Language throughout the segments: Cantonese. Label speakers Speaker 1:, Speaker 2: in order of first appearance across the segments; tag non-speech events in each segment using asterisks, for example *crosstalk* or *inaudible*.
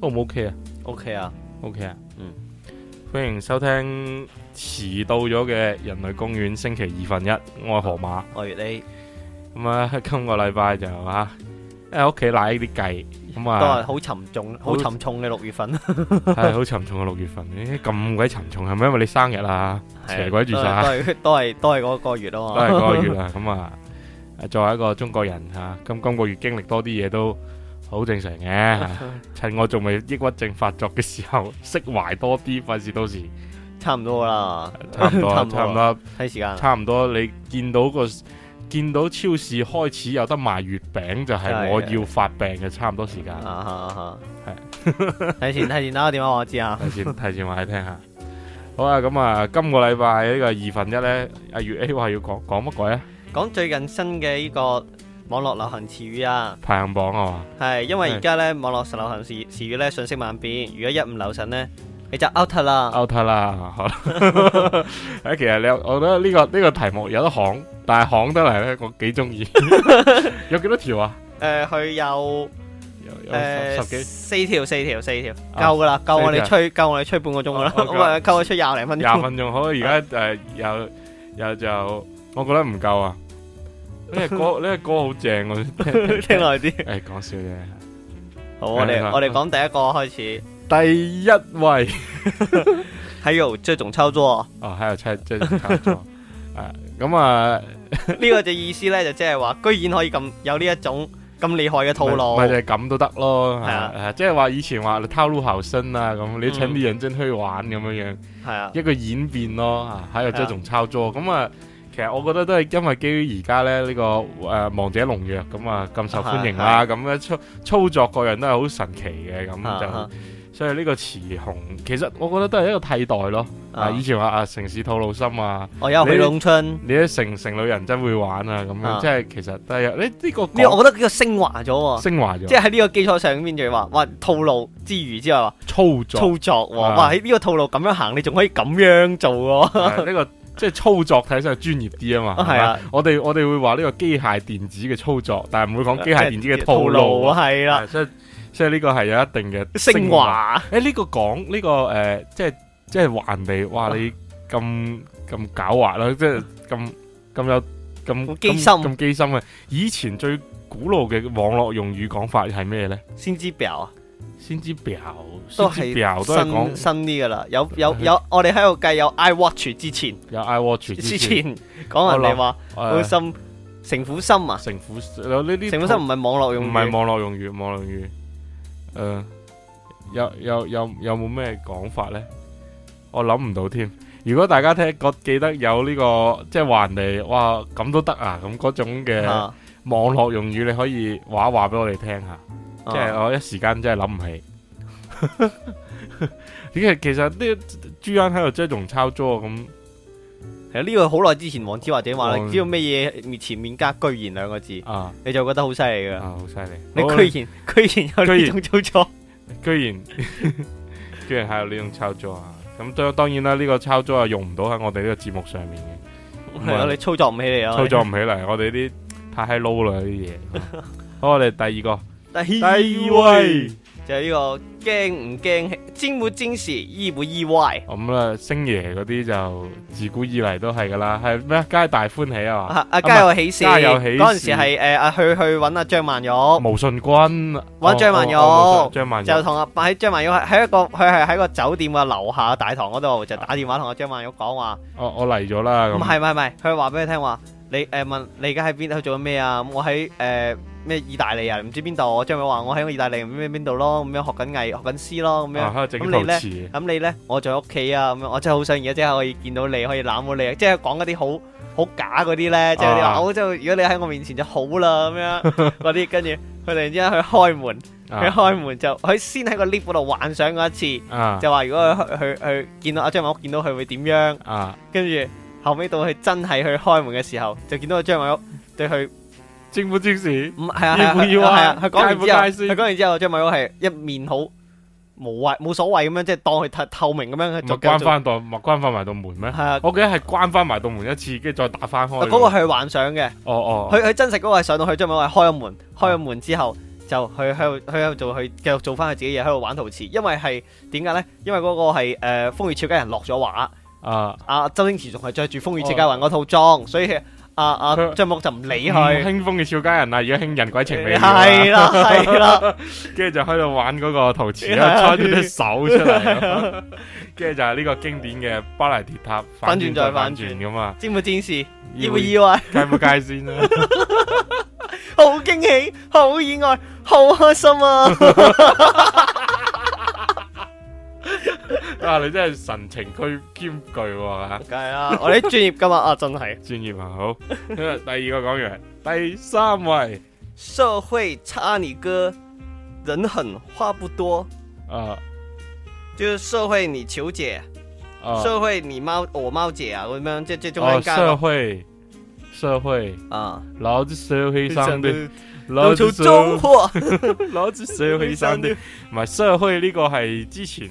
Speaker 1: O 唔 O K 啊
Speaker 2: O K 啊，
Speaker 1: ？O K 啊，
Speaker 2: 嗯，
Speaker 1: 歡迎收聽遲到咗嘅人類公園星期二分一，我係河馬。
Speaker 2: 我月 A
Speaker 1: 咁 *laughs* 啊，今個禮拜就吓喺屋企奶啲計，咁
Speaker 2: 都
Speaker 1: *laughs*
Speaker 2: 係
Speaker 1: 啊
Speaker 2: 好沉重、
Speaker 1: 好
Speaker 2: 好沉重嘅六月份，
Speaker 1: 係好沉重嘅六月份，咦咁鬼沉重係咪因為你生日啊？ *laughs* 邪鬼住
Speaker 2: 係
Speaker 1: 晒
Speaker 2: 啊，都係都係都係嗰個月啊
Speaker 1: 都
Speaker 2: 嘛
Speaker 1: 係，嗰個月啊，咁啊，作為一個中國人吓，咁今個月經歷多啲嘢都好正常嘅。趁我仲未抑鬱症發作 *laughs* 嘅時候，釋懷多啲，費事到時
Speaker 2: 差唔多啦，
Speaker 1: 差唔多，差
Speaker 2: 差
Speaker 1: 唔
Speaker 2: 唔多，
Speaker 1: 多，
Speaker 2: 睇時間啦，
Speaker 1: 差唔多。你見到個見到超市開始有得賣月餅，就係
Speaker 2: 係
Speaker 1: 我要發病嘅差唔多時間。
Speaker 2: 啊哈啊哈， *laughs* 睇先睇先啦，點解我知啊？
Speaker 1: 提 *laughs* 前提前話你聽下。好啊，咁啊，今個禮拜呢個二分一呢，阿月 A 話要講講乜鬼啊？
Speaker 2: 講最近新嘅呢個網絡流行詞語啊。
Speaker 1: 排行榜啊嘛，
Speaker 2: 係，因為而家咧網絡流行時時語咧瞬息萬變，如果一唔留神咧，你就 out 啦。
Speaker 1: out 啦，好啦。誒其實你有，我覺得呢、個呢、個題目有得行，但係行得嚟呢，我幾中意。有幾多條啊？
Speaker 2: 誒，佢有
Speaker 1: 有有
Speaker 2: 誒
Speaker 1: 十十幾
Speaker 2: 四條，四條，四條，
Speaker 1: 啊
Speaker 2: 夠噶啦，夠我
Speaker 1: 四條
Speaker 2: 哋吹，夠我哋吹半個鐘噶啦，
Speaker 1: 哦哦
Speaker 2: 咁啊， *laughs* 夠我吹廿零分
Speaker 1: 廿
Speaker 2: 鐘。
Speaker 1: 分鐘好，而
Speaker 2: 啊
Speaker 1: 家誒又又就，我覺得唔夠啊。呢個
Speaker 2: *laughs*
Speaker 1: 歌呢個歌好正，我聽 *laughs*
Speaker 2: 聽耐啲。
Speaker 1: 誒講笑啫。
Speaker 2: 好，啊我
Speaker 1: 明白
Speaker 2: 哋我哋講第一個開始，
Speaker 1: 第一位。
Speaker 2: 喺有這種操作，
Speaker 1: *laughs* 哦，喺度猜即係搞錯 *laughs* 啊！咁啊，
Speaker 2: 呢個嘅意思咧就即係話，居然可以咁有呢一種咁厲害嘅套路
Speaker 1: 咪，咪就係咁都得咯，
Speaker 2: 係
Speaker 1: 係
Speaker 2: 啊
Speaker 1: 啊，即係話以前話套路後生啊，咁你請
Speaker 2: 嗯
Speaker 1: 啲人真去玩咁樣樣，
Speaker 2: 係啊，
Speaker 1: 一個演變咯，啊喺度即
Speaker 2: 係
Speaker 1: 係
Speaker 2: 啊
Speaker 1: 仲抄作咁啊。其實我覺得都係因為基於而家咧呢個誒王者農藥咁啊咁受歡迎啦，咁咧操操作各樣都係好神奇嘅，咁
Speaker 2: 啊啊
Speaker 1: 就所以呢個詞紅其實我覺得都係一個替代咯。啊，
Speaker 2: 啊
Speaker 1: 以前話啊城市套路深啊。
Speaker 2: 我有去
Speaker 1: 你
Speaker 2: 農村，
Speaker 1: 你啲城城女人真會玩啊，咁樣、
Speaker 2: 啊
Speaker 1: 即係其實都係有呢呢個
Speaker 2: 呢個
Speaker 1: 講
Speaker 2: 我覺得呢個升華咗喎。
Speaker 1: 升華
Speaker 2: 即
Speaker 1: 咗，
Speaker 2: 係喺呢個基礎上面就話，哇套路之餘之外話
Speaker 1: 操作
Speaker 2: 操作喎，
Speaker 1: 啊
Speaker 2: 哇喺呢個套路咁樣行，你仲可以咁樣做 *laughs* 喎，
Speaker 1: 係呢個即係操作睇上去專業啲啊嘛，
Speaker 2: 係
Speaker 1: 係
Speaker 2: 啊
Speaker 1: 嘛我哋我哋會話呢個機械電子嘅操作，但係唔會講機械電子嘅套路
Speaker 2: 路
Speaker 1: 啊，
Speaker 2: 係啦，
Speaker 1: 係所以所以呢個係有一定嘅
Speaker 2: 升。華
Speaker 1: 誒呢個講呢個誒，即係即係話人哋
Speaker 2: 啊
Speaker 1: 哇你咁咁狡猾啦，即係咁咁有咁
Speaker 2: 咁機心
Speaker 1: 咁機心啊！以前最古老嘅網絡用語講法係咩咧？
Speaker 2: 先知表啊，
Speaker 1: 先知表，
Speaker 2: 都
Speaker 1: 先知表
Speaker 2: 係
Speaker 1: 都係講
Speaker 2: 新新啲噶啦，有有有，我哋喺度計有 iWatch 之前
Speaker 1: 有 iWatch
Speaker 2: 之
Speaker 1: 之前，
Speaker 2: 前講人哋話好
Speaker 1: 誒
Speaker 2: 心城府心啊，
Speaker 1: 城府有呢啲
Speaker 2: 城府心唔係網絡用
Speaker 1: 唔係
Speaker 2: 語，
Speaker 1: 網絡用語，網絡用語誒有有有有冇咩講法咧？我諗唔到添。如果大家聽覺記得有呢個即係話人哋哇咁都得啊咁嗰種嘅
Speaker 2: 啊
Speaker 1: 網絡用語，你可以話一話俾我哋聽下。即係
Speaker 2: 啊
Speaker 1: 我一時間真係諗唔起。 *laughs* 點解其實呢朱茵喺度即係仲抄咗咁？
Speaker 2: 係啊呢個好耐之前黃子華者話啦，
Speaker 1: 黃
Speaker 2: 只要咩嘢面前面加居然兩個字，
Speaker 1: 啊
Speaker 2: 你就覺得好犀利
Speaker 1: 啊，
Speaker 2: 噶。
Speaker 1: 好犀利！
Speaker 2: 你
Speaker 1: 好
Speaker 2: 居然居然有
Speaker 1: 居
Speaker 2: 呢
Speaker 1: 然
Speaker 2: 種操作。
Speaker 1: 居然居然喺度呢種抄咗啊！咁當當然啦，呢、個抄咗啊用唔到喺我哋呢個節目上面嘅，
Speaker 2: 係啊，你操作唔起嚟啊！
Speaker 1: 操作唔起嚟，我哋啲太閪撈啦呢
Speaker 2: *laughs*
Speaker 1: 啲嘢。好，我哋第二個，
Speaker 2: 第
Speaker 1: 第
Speaker 2: 二
Speaker 1: 二位
Speaker 2: 就係呢個驚唔驚，尖不尖時，意不意外
Speaker 1: 咁啦，星爺嗰啲就自古以嚟都係噶啦，係咩？皆大歡喜啊嘛，
Speaker 2: 啊！啊家有喜事，
Speaker 1: 家有喜事
Speaker 2: 嗰陣時係誒啊去去揾阿張曼玉，
Speaker 1: 毛舜筠
Speaker 2: 揾張曼
Speaker 1: 曼
Speaker 2: 玉
Speaker 1: 張曼玉
Speaker 2: 就同阿喺張曼玉喺喺一個佢係喺個酒店嘅樓下大堂嗰度就打電話同阿張曼玉講話，
Speaker 1: 我我嚟咗啦，
Speaker 2: 唔
Speaker 1: 咁
Speaker 2: 係唔係唔係，佢話俾佢聽話，你誒問你而家喺邊度做緊咩啊？咁我喺誒咩意大利啊？唔知邊度？張曼玉話我喺意大利唔知邊度咯，咁樣學緊藝學緊詩咯，咁樣
Speaker 1: 啊。喺度整
Speaker 2: 咁
Speaker 1: 陶
Speaker 2: 你呢
Speaker 1: 瓷，
Speaker 2: 咁你咧，我仲喺屋企啊，咁樣我真係好想而家即刻可以見到你，可以攬到你，即係講嗰啲好好假嗰啲咧，即係你
Speaker 1: 啊
Speaker 2: 話我即係如果你喺我面前就好啦咁樣
Speaker 1: *laughs*
Speaker 2: 嗰啲，跟住佢突然之間去開門，佢
Speaker 1: 啊
Speaker 2: 開門就佢先喺個 lift 嗰度幻想過一次，
Speaker 1: 啊
Speaker 2: 就話如果佢去去去見到阿張曼玉見到佢會點樣，
Speaker 1: 啊，
Speaker 2: 跟住後尾到佢真係去開門嘅時候，就見到阿張曼玉對佢
Speaker 1: 政府政
Speaker 2: *laughs*
Speaker 1: 事
Speaker 2: 唔係啊係
Speaker 1: 要
Speaker 2: 啊
Speaker 1: 唔
Speaker 2: 係
Speaker 1: 要啊 *laughs*
Speaker 2: 啊，佢講完之
Speaker 1: 介
Speaker 2: 後，
Speaker 1: 唔介意
Speaker 2: 佢講完之後，張曼玉係一面好無謂冇所謂咁樣，即係當佢透透明咁樣
Speaker 1: 咪
Speaker 2: 去做
Speaker 1: 關翻檔，咪關翻埋道門咩？
Speaker 2: 係啊，
Speaker 1: 我記得係關翻埋道門一次，跟住再打翻開。
Speaker 2: 嗰個係幻想嘅，
Speaker 1: 哦哦，
Speaker 2: 佢佢真實嗰個係上到去張文偉開咗門，開咗門之後，就去喺度，去喺度做佢繼續做翻佢自己嘢，喺度玩陶瓷。因為係點解咧？因為嗰個係誒、呃、風雨俏佳人落咗畫，
Speaker 1: 啊，
Speaker 2: 阿周星馳仲係着住風雨俏佳人嗰套裝，所以阿阿
Speaker 1: 佢
Speaker 2: 張木就唔理
Speaker 1: 唔
Speaker 2: 佢。
Speaker 1: 嗯興風嘅俏佳人啦，而家興人鬼情未了啊
Speaker 2: 係 *laughs* 啦係啦，
Speaker 1: 跟住就喺度玩嗰個陶瓷
Speaker 2: 係
Speaker 1: 啦，
Speaker 2: 啊
Speaker 1: 搓住隻手出
Speaker 2: *laughs*
Speaker 1: 嚟，跟住就係呢個經典嘅巴黎鐵塔
Speaker 2: 反轉
Speaker 1: 轉
Speaker 2: 再
Speaker 1: 再
Speaker 2: 反
Speaker 1: 轉
Speaker 2: 轉
Speaker 1: 咁啊，
Speaker 2: 知唔知戰士意
Speaker 1: 要
Speaker 2: 唔意外？
Speaker 1: 街冇街先啊啦，
Speaker 2: 好驚喜，好意外，好開心 *laughs* 啊！
Speaker 1: *laughs* 啊你真係神情俱兼具喎嚇，
Speaker 2: 梗係啦，我哋專業噶嘛啊，真係。
Speaker 1: 專業啊好，第二個講完，第三位
Speaker 2: 社會差你哥，人狠話不多，
Speaker 1: 啊
Speaker 2: 就是社會你求姐，
Speaker 1: 啊
Speaker 2: 社會你貓我貓姐啊，咁樣即即中
Speaker 1: 哦
Speaker 2: 間
Speaker 1: 社
Speaker 2: 間
Speaker 1: 會社會，
Speaker 2: 啊，
Speaker 1: 老子社會上的，老
Speaker 2: 都
Speaker 1: 子
Speaker 2: 出
Speaker 1: 社
Speaker 2: 中貨，
Speaker 1: *laughs* 攞住社會生啲，唔係社會呢個係之前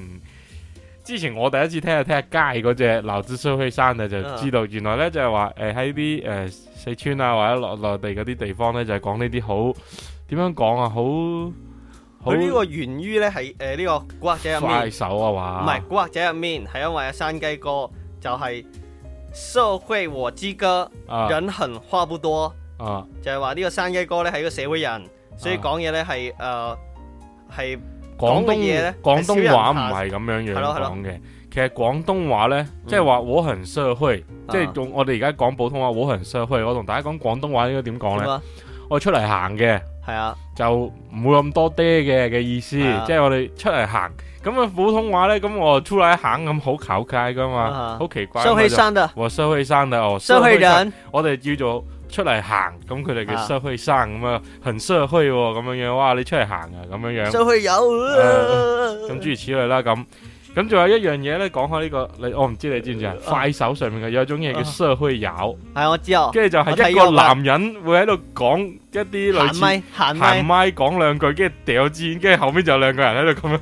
Speaker 1: 之前我第一次聽係聽街嗰只流子社會生啊嘅就
Speaker 2: 啊
Speaker 1: 知道，原來咧就係話誒喺啲誒四川啊或者落內地嗰啲地方咧就係講呢啲好點樣講啊好好
Speaker 2: 佢呢個源於咧係呃誒呢個古惑仔入面
Speaker 1: 快，手啊
Speaker 2: 唔
Speaker 1: 話
Speaker 2: 係古惑仔入面係因為阿山雞哥就係社會和之歌，
Speaker 1: 啊
Speaker 2: 人狠話不多，
Speaker 1: 啊
Speaker 2: 就係話呢個山雞哥咧係一個社會人，所以講嘢咧係誒係
Speaker 1: 廣
Speaker 2: 講嘅
Speaker 1: 東
Speaker 2: 嘢呢
Speaker 1: 廣東話唔
Speaker 2: 係
Speaker 1: 係咁樣樣
Speaker 2: 係咯係咯嗯
Speaker 1: 講嘅，其實廣東話咧即係話我很社會，即係
Speaker 2: 啊
Speaker 1: 用我哋而家講普通話我很社會，我同大家講廣東話應該點講
Speaker 2: 點
Speaker 1: 咧？
Speaker 2: 啊？
Speaker 1: 我出嚟行嘅。
Speaker 2: 係啊，
Speaker 1: 就唔會咁多爹嘅嘅意思，
Speaker 2: 啊
Speaker 1: 即係我哋出嚟行。咁啊普通話咧，咁我出嚟行咁好考界噶嘛，
Speaker 2: 啊
Speaker 1: 好、奇怪。
Speaker 2: 社會
Speaker 1: 咁
Speaker 2: 生的
Speaker 1: 我就我社會生的哦，
Speaker 2: 社會
Speaker 1: 生
Speaker 2: 人。
Speaker 1: 我哋叫做出嚟行，咁佢哋
Speaker 2: 啊
Speaker 1: 叫社會生咁啊，很社會喎咁樣樣，哇你出嚟行啊咁樣樣，
Speaker 2: 就會有
Speaker 1: 啊咁
Speaker 2: 呃
Speaker 1: 諸如此類啦咁。咁仲有一樣嘢咧，講開呢、個，你我唔知你知唔知啊？
Speaker 2: 啊
Speaker 1: 快手上面嘅有一種嘢叫社會友，
Speaker 2: 係我知啊，
Speaker 1: 跟住就係一個
Speaker 2: 我睇過啦啊
Speaker 1: 男人會喺度講一啲類
Speaker 2: 行
Speaker 1: 似。
Speaker 2: 咪行
Speaker 1: 行
Speaker 2: 咪，
Speaker 1: 咪講兩句，跟住掉支煙，跟住後面就有兩個人喺度咁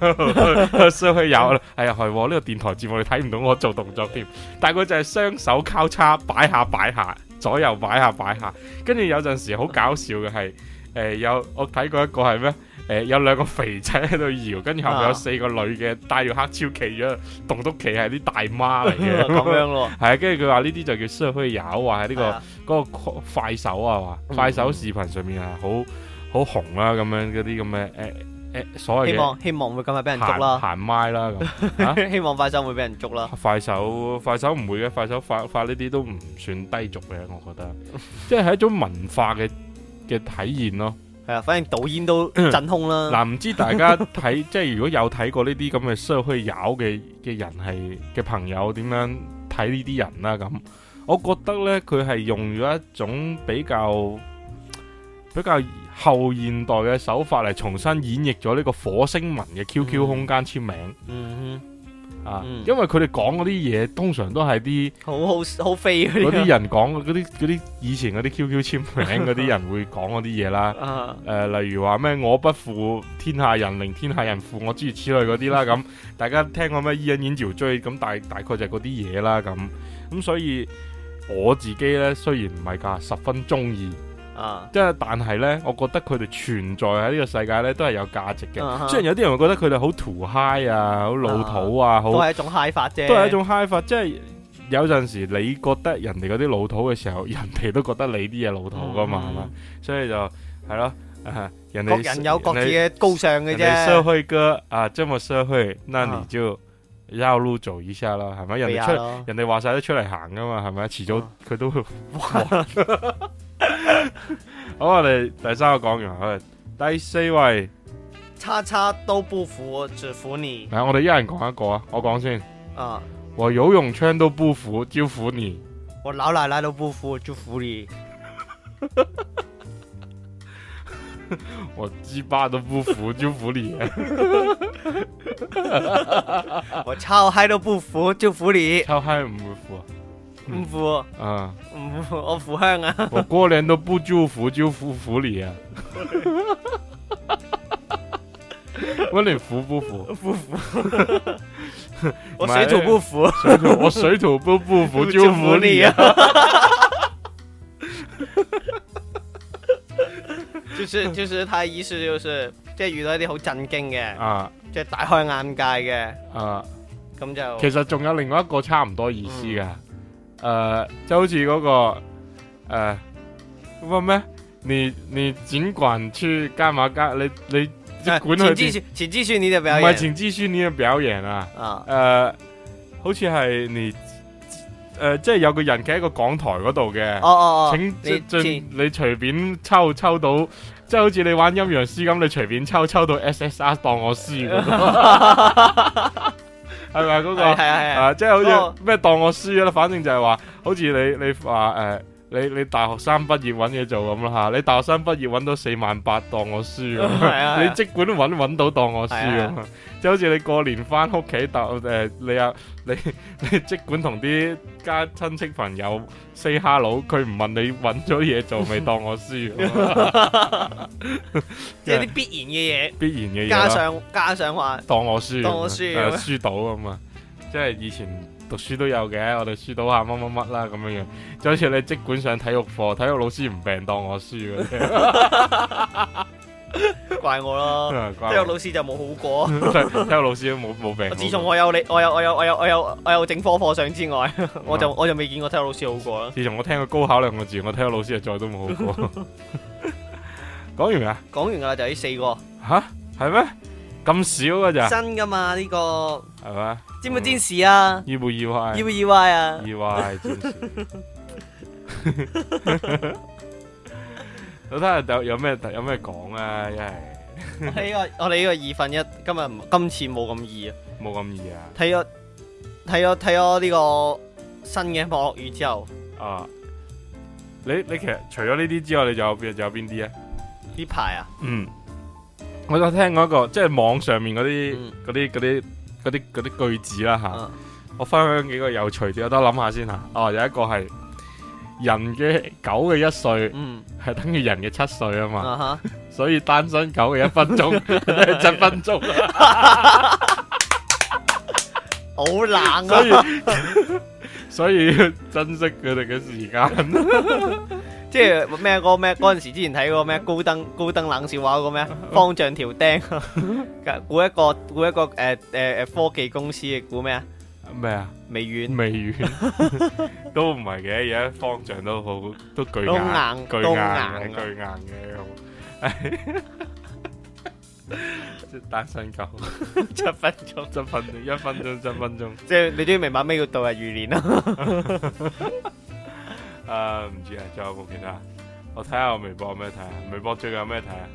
Speaker 1: 樣 *laughs* 相去有
Speaker 2: *laughs*
Speaker 1: 啦。係啊，係喎呢個電台節目你睇唔到我做動作添，但係佢就係雙手交叉擺下擺下，左右擺下擺下，跟住有陣時好搞笑嘅係誒有我睇過一個係咩？誒、有兩個肥仔喺度搖，跟住後面有
Speaker 2: 啊
Speaker 1: 四個女嘅戴住黑超企咗，棟篤企係啲大媽嚟嘅。
Speaker 2: 咁樣咯。
Speaker 1: 係啊，跟住佢話呢啲就叫社會友啊， *laughs* 喺呢個
Speaker 2: 係。啊
Speaker 1: 嗰個快手啊，話
Speaker 2: 嗯
Speaker 1: 快手視頻上面啊，好好紅啦，咁樣嗰啲咁嘅誒誒所謂
Speaker 2: 希
Speaker 1: 嘅
Speaker 2: 望希望會咁快俾人捉
Speaker 1: 行
Speaker 2: 啦，
Speaker 1: 行麥啦
Speaker 2: *laughs*
Speaker 1: 咁。啊
Speaker 2: 希望快手會俾人捉啦。
Speaker 1: 快手快手唔會嘅，快手發發呢啲都唔算低俗嘅，我覺得，即係係一種文化嘅嘅體現咯。
Speaker 2: 係啊，反正導
Speaker 1: *clears throat*
Speaker 2: 演都震空啦。
Speaker 1: 嗱，唔知大
Speaker 2: *laughs*
Speaker 1: 家睇即係如果有睇過呢啲咁嘅社會友嘅嘅人係嘅朋友點樣睇呢啲人啦咁，我覺得呢，佢係用咗一種比較比較後現代嘅手法嚟重新演繹咗呢個火星文嘅 QQ
Speaker 2: 嗯
Speaker 1: 空間簽名、
Speaker 2: 嗯
Speaker 1: 啊，
Speaker 2: 嗯
Speaker 1: 因為佢哋講嗰啲嘢通常都係啲。
Speaker 2: 哼，好好好飛嗰
Speaker 1: 嗰啲
Speaker 2: 啲啊
Speaker 1: 人講嗰啲嗰啲以前嗰啲 QQ 簽名嗰啲人會講嗰啲嘢啦，誒、
Speaker 2: 啊啊，
Speaker 1: 呃例如話咩我不負天下人，令天下人負我諸如此類嗰啲啦，咁大家聽過咩伊人演搖追咁大大概就係嗰啲嘢啦，咁咁所以我自己呢，雖然唔係㗎，十分中意，
Speaker 2: 啊，
Speaker 1: 即係但係呢，我覺得佢哋存在喺呢個世界呢，都係有價值嘅。
Speaker 2: 啊哈
Speaker 1: 雖然有啲人會覺得佢哋好 too high 啊，好老土啊，好
Speaker 2: 都係一種 high 法啫，
Speaker 1: 都係一種 high 法，即係有陣時你覺得人哋嗰啲老土嘅時候， *laughs* 人哋都覺得你啲嘢老土噶嘛，
Speaker 2: 嗯
Speaker 1: 係嘛、所以就係咯，啊人
Speaker 2: 各
Speaker 1: 哋
Speaker 2: 人有各自
Speaker 1: 人
Speaker 2: 嘅高尚
Speaker 1: 哋人
Speaker 2: 嘅
Speaker 1: 哋社
Speaker 2: 啫，
Speaker 1: 會哥啊，這麼社會，那你
Speaker 2: 啊
Speaker 1: 就繞路走一下啦，係咪？人哋
Speaker 2: 俾下
Speaker 1: 出
Speaker 2: 咯
Speaker 1: 人哋話晒都出嚟行噶嘛，係咪？遲早
Speaker 2: 啊
Speaker 1: 佢
Speaker 2: *laughs*
Speaker 1: 都會玩。好，我哋第三個講完，我哋第四位，
Speaker 2: 叉叉都不服，只服你
Speaker 1: 嗱，我哋一人講一個啊，我講先。
Speaker 2: 啊！
Speaker 1: 我游泳圈都不服，招呼你。
Speaker 2: 我老奶奶都不服，就服你。
Speaker 1: 我鸡巴都不服，就服
Speaker 2: *laughs*
Speaker 1: 你。 *laughs*
Speaker 2: 我操嗨都不服，就服你。
Speaker 1: 超嗨唔会服
Speaker 2: 唔服，
Speaker 1: 啊！
Speaker 2: 唔服，我腐香啊！
Speaker 1: 我过年都不祝福，就服服你
Speaker 2: *laughs*
Speaker 1: 啊！我你服不服？
Speaker 2: *laughs* 不服，我
Speaker 1: 唔係
Speaker 2: 水土不服，
Speaker 1: 水土我水土不不服，就啊服
Speaker 2: 啊
Speaker 1: 你啊！！
Speaker 2: *laughs* 就是就是他意思就是即係遇到一啲好震驚嘅，
Speaker 1: 啊
Speaker 2: 即係大開眼界
Speaker 1: 啊，
Speaker 2: 嘅，咁就
Speaker 1: 其實仲有另外一個差唔多意思嘅，誒、
Speaker 2: 嗯
Speaker 1: 就好似嗰、個誒乜咩？你你儘管去幹嘛幹？你你
Speaker 2: 啊
Speaker 1: 即管
Speaker 2: 請
Speaker 1: 佢
Speaker 2: 繼
Speaker 1: 哋
Speaker 2: 續請繼續你的表
Speaker 1: 唔係
Speaker 2: 演
Speaker 1: 請繼續你嘅表演啊！
Speaker 2: 啊
Speaker 1: 誒、好似係你誒、即係有個人企喺個講台嗰度嘅。
Speaker 2: 哦哦哦，
Speaker 1: 請
Speaker 2: 你
Speaker 1: 即即
Speaker 2: 知
Speaker 1: 你隨便抽抽到，即係好似你玩陰陽師咁，你隨便抽抽到 SSR 當我輸
Speaker 2: *laughs*
Speaker 1: 嗰個，係咪嗰
Speaker 2: 係係哦
Speaker 1: 個？
Speaker 2: 係係
Speaker 1: 啊，即係好
Speaker 2: 嗰
Speaker 1: 似咩當我輸啦，反正就係話，好似你你話誒，你你大學生畢業揾嘢做咁啦嚇，你大學生畢業揾到四萬八當我輸咁。
Speaker 2: 係啊
Speaker 1: 你
Speaker 2: 係啊
Speaker 1: 即管揾揾到當我輸
Speaker 2: 係
Speaker 1: 咁啊！即係好似你過年翻屋企搭誒，你啊你 *laughs* 你即管同啲家親戚朋友 say hello，佢唔問你揾咗嘢做未，當我輸
Speaker 2: *laughs*
Speaker 1: 咁啊
Speaker 2: 即係啲必然嘅
Speaker 1: 必然嘅
Speaker 2: 嘢，
Speaker 1: 嘢
Speaker 2: 加
Speaker 1: 啦。
Speaker 2: 上加上話
Speaker 1: 當我輸咁啊，
Speaker 2: 當我輸
Speaker 1: 誒
Speaker 2: 咁
Speaker 1: 輸到咁啊！即係以前讀書都有嘅，我哋輸到下乜乜乜啦咁樣樣，就好似你即管上體育課，體育老師唔病當我輸嘅，
Speaker 2: *laughs*
Speaker 1: *laughs*
Speaker 2: 怪我
Speaker 1: 真係
Speaker 2: 咯，
Speaker 1: 啊
Speaker 2: 即
Speaker 1: 怪
Speaker 2: 係
Speaker 1: 我
Speaker 2: 老師就冇好過。
Speaker 1: *laughs* 體育老師都冇冇病過。
Speaker 2: 自從我有你，我有我有我有我有我有整科課上之外，
Speaker 1: 嗯
Speaker 2: 我就我就未見過體育老師好過啦。
Speaker 1: 自從我聽過高考兩個字，我體育老師就再都冇好過。講完啦，
Speaker 2: 講完㗎啦，就係呢四個
Speaker 1: 吓係咩？咁少嘅咋
Speaker 2: 新㗎嘛呢個，
Speaker 1: 係咪？
Speaker 2: 知唔知天使啊？
Speaker 1: 意唔意外
Speaker 2: 意？唔意外啊？
Speaker 1: 嗯意外真是。 *laughs* 我睇下有有咩有咩講啊？一係
Speaker 2: 我哋呢個我哋呢個二分一，今日唔今次冇咁易啊！
Speaker 1: 冇咁易啊！
Speaker 2: 睇咗睇咗睇咗呢個新嘅網絡語之後，
Speaker 1: 啊，你你其實除咗呢啲之外，你仲有邊仲有邊啲啊？
Speaker 2: 呢排啊，
Speaker 1: 嗯，我就聽過一個即係網上面嗰啲
Speaker 2: 嗯
Speaker 1: 嗰啲嗰啲嗰啲嗰啲句子啦吓。
Speaker 2: 嗯
Speaker 1: 我分享幾個有趣啲，我等我諗下先嚇。哦，有一個係人嘅狗嘅一歲
Speaker 2: 嗯
Speaker 1: 係等於人嘅七歲啊嘛，
Speaker 2: 啊
Speaker 1: 所以單身狗嘅一分
Speaker 2: *laughs*
Speaker 1: 鐘係七分鐘，
Speaker 2: 哈，好冷
Speaker 1: *laughs* 所
Speaker 2: 啊！
Speaker 1: 以所以 *laughs* 要珍惜佢哋嘅時間。
Speaker 2: 即係咩嗰個咩嗰陣時之前睇嗰個咩高登高登冷笑話嗰
Speaker 1: *laughs*
Speaker 2: 個咩方丈條釘， *laughs* 估一個估一個誒誒誒科技公司嘅估咩啊？
Speaker 1: 咩啊？
Speaker 2: 微軟
Speaker 1: 未
Speaker 2: *laughs*
Speaker 1: 完都唔係嘅，而家方丈都好都巨
Speaker 2: 都
Speaker 1: 硬，
Speaker 2: 硬
Speaker 1: 巨
Speaker 2: 都
Speaker 1: 硬
Speaker 2: 硬
Speaker 1: 嘅，
Speaker 2: 啊
Speaker 1: 巨硬嘅咁。 *laughs* 即係單身狗
Speaker 2: 七分鐘，
Speaker 1: *laughs* 七分鐘，一分鐘，七分鐘。
Speaker 2: 即係你終於明白咩叫度日如
Speaker 1: *laughs*
Speaker 2: 年啦。
Speaker 1: 啊，唔知啊，仲有冇其他？我睇下我微博有咩睇啊？微博最近有咩睇啊？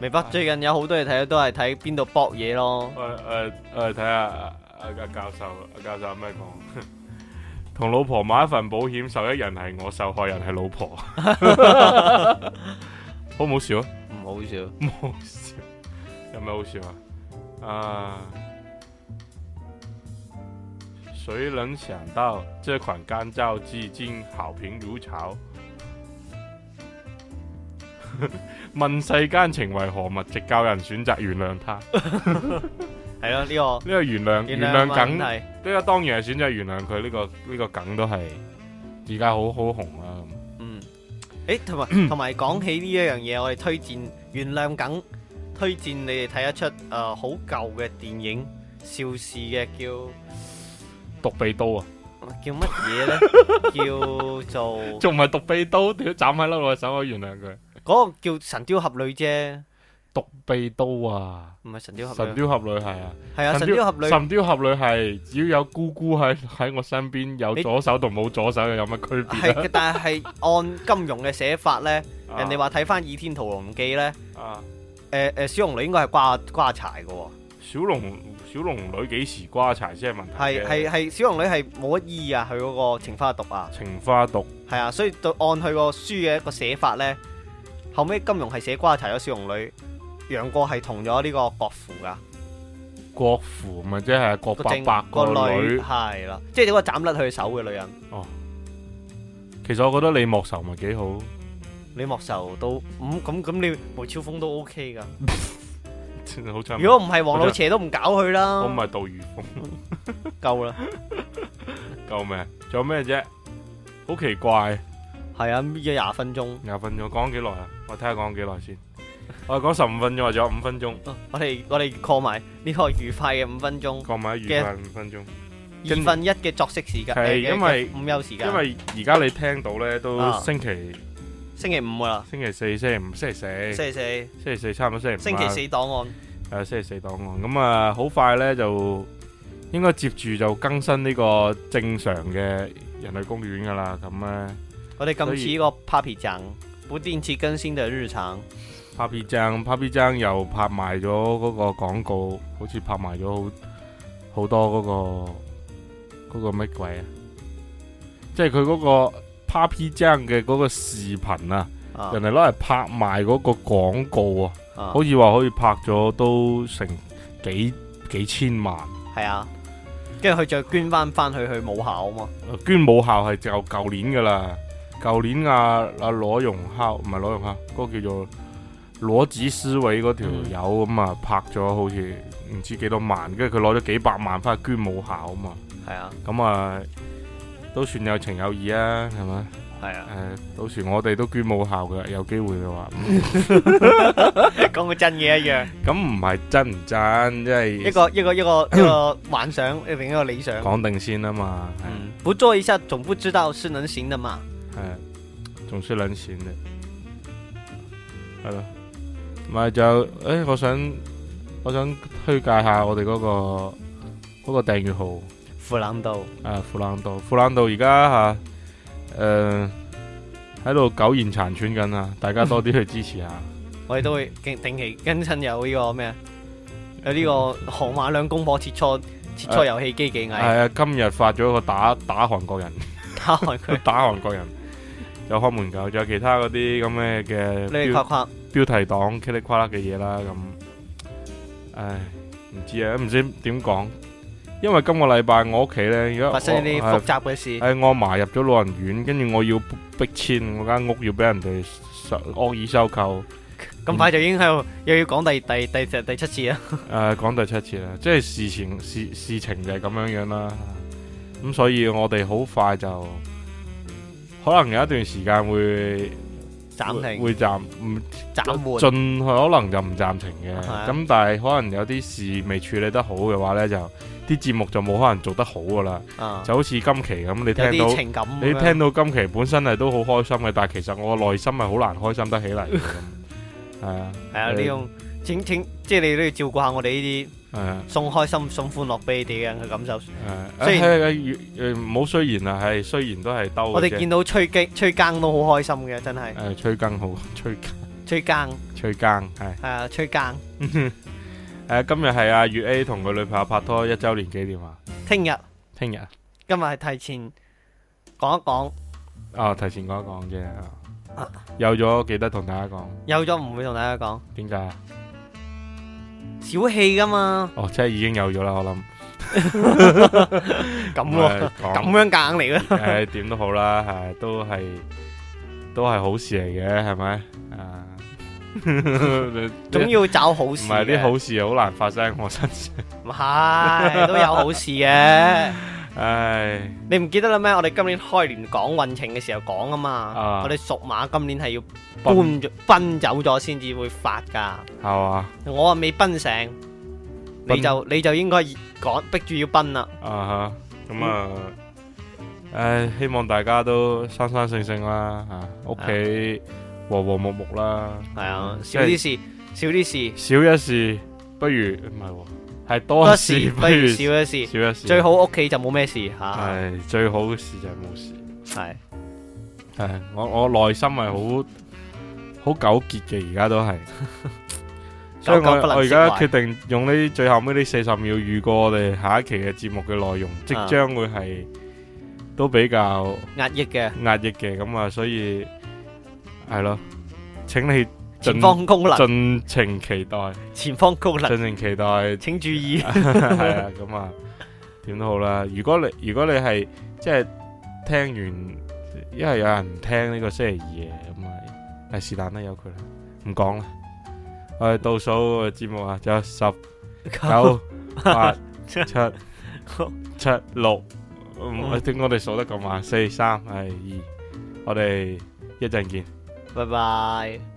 Speaker 2: 微博最近有好多嘢睇，都係睇邊度搏嘢咯。
Speaker 1: 我誒誒睇下阿阿教授，阿教授有咩講？ *laughs* 同老婆買一份保險，受益人係我，受害人係老婆，好唔好笑啊？
Speaker 2: 唔好笑，
Speaker 1: 唔好笑，有咩好笑啊？啊！谁能想到这款干燥剂竟好评如潮？ *laughs* 問世間情為何物，直教人選擇原諒他。呢
Speaker 2: 係咯呢
Speaker 1: 個原諒
Speaker 2: 個
Speaker 1: 原諒梗，呢
Speaker 2: 係
Speaker 1: 個當然係選擇原諒佢。呢個呢個梗都係而家好好啊紅啦。
Speaker 2: 嗯。誒
Speaker 1: *laughs*
Speaker 2: 同埋同埋講起呢一樣嘢，我哋推薦原諒梗，推薦你哋睇一出誒好舊嘅電影，邵氏嘅叫。
Speaker 1: 毒鼻刀啊，
Speaker 2: 叫乜嘢咧？叫做
Speaker 1: 仲唔係毒鼻刀？屌斬喺粒我手，我原諒佢。
Speaker 2: 嗰個叫神雕俠侶啫，
Speaker 1: 毒鼻刀啊！
Speaker 2: 唔係神雕俠
Speaker 1: 神
Speaker 2: 侶，
Speaker 1: 雕俠侶係啊，
Speaker 2: 係啊，神雕俠 *laughs* 侶
Speaker 1: 神雕俠侶係只要有姑姑 *laughs* 喺喺我身邊，有左手同冇左手又有乜區別
Speaker 2: 係，但係係按金庸嘅寫法咧，
Speaker 1: 啊？
Speaker 2: 人哋話睇翻《倚天屠龍記》咧，
Speaker 1: 啊，
Speaker 2: 誒誒，小龍女應該係掛掛柴嘅喎，
Speaker 1: 小龍小龍女幾時瓜柴先係問題
Speaker 2: 係
Speaker 1: 嘅？
Speaker 2: 係係小龍女係冇得醫啊，佢嗰個情花毒啊，
Speaker 1: 情花毒
Speaker 2: 係啊，所以就按佢個書嘅一個寫法咧，後尾金庸係寫掛柴咗小龍女，楊過係同咗呢個郭芙㗎。
Speaker 1: 郭芙咪即係郭
Speaker 2: 個
Speaker 1: 伯
Speaker 2: 正
Speaker 1: 伯
Speaker 2: 個
Speaker 1: 個
Speaker 2: 女
Speaker 1: 女。
Speaker 2: 係啦，即係嗰個斬甩佢手嘅女人，
Speaker 1: 其實我覺得李莫愁咪幾 *laughs* 好，
Speaker 2: 李莫愁都咁咁咁，你梅超風都 OK 噶。
Speaker 1: 真啊係好啊慘。
Speaker 2: 如果唔係黃老邪都唔搞
Speaker 1: 我
Speaker 2: 佢
Speaker 1: 唔
Speaker 2: 啦，
Speaker 1: 係杜如風，
Speaker 2: 夠啦。
Speaker 1: 救命！仲有咩啫？好奇怪，
Speaker 2: 係啊，搣咗廿分鐘，
Speaker 1: 廿分鐘講咗幾耐啊？我睇下講咗幾耐先。 *laughs* 我講十五分鐘，我仲有五分鐘，
Speaker 2: 啊我哋我哋 call 埋呢個愉快嘅五分鐘，
Speaker 1: 講埋愉
Speaker 2: 嘅
Speaker 1: 快五分鐘。
Speaker 2: 二分一嘅作息時間，
Speaker 1: 係
Speaker 2: 誒嘅
Speaker 1: 因為
Speaker 2: 嘅午休時間，
Speaker 1: 因為而家你聽到呢，都
Speaker 2: 啊
Speaker 1: 星期
Speaker 2: 星期五噶啦，
Speaker 1: 星期四、星期五、星期四、
Speaker 2: 星期四、
Speaker 1: 星期四差唔多星期五
Speaker 2: 星
Speaker 1: 啦
Speaker 2: 期四檔案，
Speaker 1: 誒星期四檔案，咁啊好快呢，就應該接住就更新呢個正常嘅人類公園噶啦，咁咧
Speaker 2: 我哋
Speaker 1: 所
Speaker 2: 今
Speaker 1: 以
Speaker 2: 次呢個 Papi 醬不定期更新嘅日常，
Speaker 1: Papi 醬 Papi 醬又拍埋咗嗰個廣告，好似拍埋咗好好多嗰、個嗰、個乜鬼啊，即係佢嗰個 Papi 醬嘅嗰個視頻啊，
Speaker 2: 啊
Speaker 1: 人哋攞嚟拍賣嗰個廣告啊，
Speaker 2: 啊
Speaker 1: 好似話可以拍咗都成幾幾千萬。
Speaker 2: 係啊，跟住佢就捐翻翻去去母校啊嘛，
Speaker 1: 捐母校係就舊年噶啦，舊年啊阿羅容孝唔係羅容孝，嗰、個叫做羅子思偉嗰條友咁啊拍咗好似唔知幾多萬，跟住佢攞咗幾百萬翻去捐母校啊嘛，
Speaker 2: 係啊
Speaker 1: 咁啊都算有情有義啊，係咪？誒、*laughs*
Speaker 2: 係啊，
Speaker 1: 到時我哋都捐母校嘅，有機會嘅話，
Speaker 2: 講個真嘢
Speaker 1: *laughs*
Speaker 2: 一樣，
Speaker 1: 咁唔係真唔真，即
Speaker 2: 一
Speaker 1: 係
Speaker 2: 個一個一個一個幻想，另一個理想。
Speaker 1: 講定先啊嘛，係
Speaker 2: 嗯，不做一下總不知道是能行的嘛。
Speaker 1: 係，仲需捻錢嘅，係咯，咪就诶、我想我想推介下我哋嗰、個嗰、個訂閱號
Speaker 2: 弗朗豆
Speaker 1: 啊，富朗道，富朗道而家吓诶喺度苟延殘喘緊啊，大家多啲去支持下，
Speaker 2: 我哋都會定定期更新有呢個咩啊，有呢個河馬兩公婆切磋切磋遊戲機技
Speaker 1: 係
Speaker 2: 藝，
Speaker 1: 啊，今日發咗個打打韓國人， *laughs*
Speaker 2: 打開佢，
Speaker 1: 打韓國人。有開門狗，仲有其他嗰啲咁嘅嘅
Speaker 2: 你
Speaker 1: 標
Speaker 2: 框框
Speaker 1: 標題黨噼里呱啦嘅嘢啦，咁唉唔知啊，唔知點講，因為今個禮拜我屋企呢，而家
Speaker 2: 發生呢啲
Speaker 1: 我
Speaker 2: 複雜嘅事，
Speaker 1: 係係我阿嫲入咗老人院，跟住我要逼遷，我間屋要俾人哋收惡意收購，
Speaker 2: 咁快就已經喺度又要講第第第第第七次啊！
Speaker 1: 誒講第七次啦，即係事情事事情就係咁樣樣啦，咁所以我哋好快就可能有一段時間會
Speaker 2: 暫停
Speaker 1: 會暫唔
Speaker 2: 暫緩，
Speaker 1: 盡可能就唔暫停嘅，
Speaker 2: 係啊
Speaker 1: 咁但係可能有啲事未處理得好嘅話呢，就啲節目就冇可能做得好噶啦。
Speaker 2: 啊，
Speaker 1: 就好似今期咁，你
Speaker 2: 有
Speaker 1: 聽
Speaker 2: 啲
Speaker 1: 到
Speaker 2: 情感咁
Speaker 1: 你
Speaker 2: 樣
Speaker 1: 聽到今期本身係都好開心嘅，但係其實我內心係好難開心得起嚟嘅咁。
Speaker 2: *laughs*
Speaker 1: 係啊，
Speaker 2: 係啊，
Speaker 1: 誒
Speaker 2: 你用請請即係你都要照顧下我哋呢
Speaker 1: 係啊
Speaker 2: 啲送開心送歡樂俾你哋嘅人嘅感受。
Speaker 1: 係啊
Speaker 2: 雖然
Speaker 1: 誒係係誒唔好雖然啊，係雖然都係兜嘅啫。
Speaker 2: 我哋見到吹雞吹更都好開心嘅，真係
Speaker 1: 誒催更好，催
Speaker 2: 吹更。
Speaker 1: 催更係
Speaker 2: 係啊，吹更，
Speaker 1: 誒今日係阿月 A 同佢女朋友拍拖一週年紀念啊，
Speaker 2: 聽日
Speaker 1: 聽日啊
Speaker 2: 今日係提前講一講，
Speaker 1: 啊提前講一講啫啊
Speaker 2: 啊
Speaker 1: 有咗記得同大家講。
Speaker 2: 有咗唔會同大家講，
Speaker 1: 點解？
Speaker 2: 小氣噶嘛，
Speaker 1: 哦，即係已經有咗啦，我諗誒
Speaker 2: 咁咯，
Speaker 1: 講
Speaker 2: 咁樣硬嚟嘅，
Speaker 1: 誒點都好啦，係都係都係好事嚟嘅，係咪？啊，
Speaker 2: *laughs* 總
Speaker 1: 唔
Speaker 2: 要找好事
Speaker 1: 係
Speaker 2: 嘅。
Speaker 1: 啲好事好難發生喺我身上。
Speaker 2: 唔
Speaker 1: *laughs*
Speaker 2: 係都有好事嘅。
Speaker 1: 唉，
Speaker 2: 你唔記得啦咩？我哋今年開年講運程嘅時候講啊嘛
Speaker 1: 啊，
Speaker 2: 我哋屬馬今年係要搬咗奔走咗先至會發㗎。
Speaker 1: 係嘛？
Speaker 2: 我啊未奔成，
Speaker 1: 奔
Speaker 2: 你就你就應該講逼住要奔啦。
Speaker 1: 啊哈，咁啊，唉，希望大家都生生性性啦，啊嚇屋企
Speaker 2: 啊
Speaker 1: 和和睦睦啦，
Speaker 2: 係啊，
Speaker 1: 即
Speaker 2: 少
Speaker 1: 係
Speaker 2: 啲事，少啲事，
Speaker 1: 少一事不如唔係喎，係 *laughs* 多
Speaker 2: 多
Speaker 1: 一
Speaker 2: 事
Speaker 1: 事
Speaker 2: 不如少一事。
Speaker 1: 少一事
Speaker 2: 最好啊屋企就冇咩事吓，
Speaker 1: 係最好嘅事就係冇事。
Speaker 2: 係
Speaker 1: 係我我內心係好好糾結嘅，而家都係。所以我
Speaker 2: 久久不能釋懷
Speaker 1: 我而家決定用呢最後尾呢四十秒預告我哋下一期嘅節目嘅內
Speaker 2: 啊
Speaker 1: 容，即將會係都比較
Speaker 2: 壓抑嘅
Speaker 1: 壓抑嘅，咁啊，所以係咯，請你盡
Speaker 2: 前方高能，
Speaker 1: 盡情期待，
Speaker 2: 前方高能，
Speaker 1: 盡情期待
Speaker 2: 請
Speaker 1: *laughs*
Speaker 2: 注意。
Speaker 1: 係啊，咁啊，點都好啦。如果你如果你係即係聽完，因為有人唔聽呢個星期二嘅，咁啊，係是但啦，由佢啦，唔講啦。我哋倒數個節目啊，仲有十
Speaker 2: *laughs*
Speaker 1: 九八七七六，
Speaker 2: 嗯
Speaker 1: 嗯我點我哋數得咁慢？四三係二，我哋一陣見。
Speaker 2: 拜拜。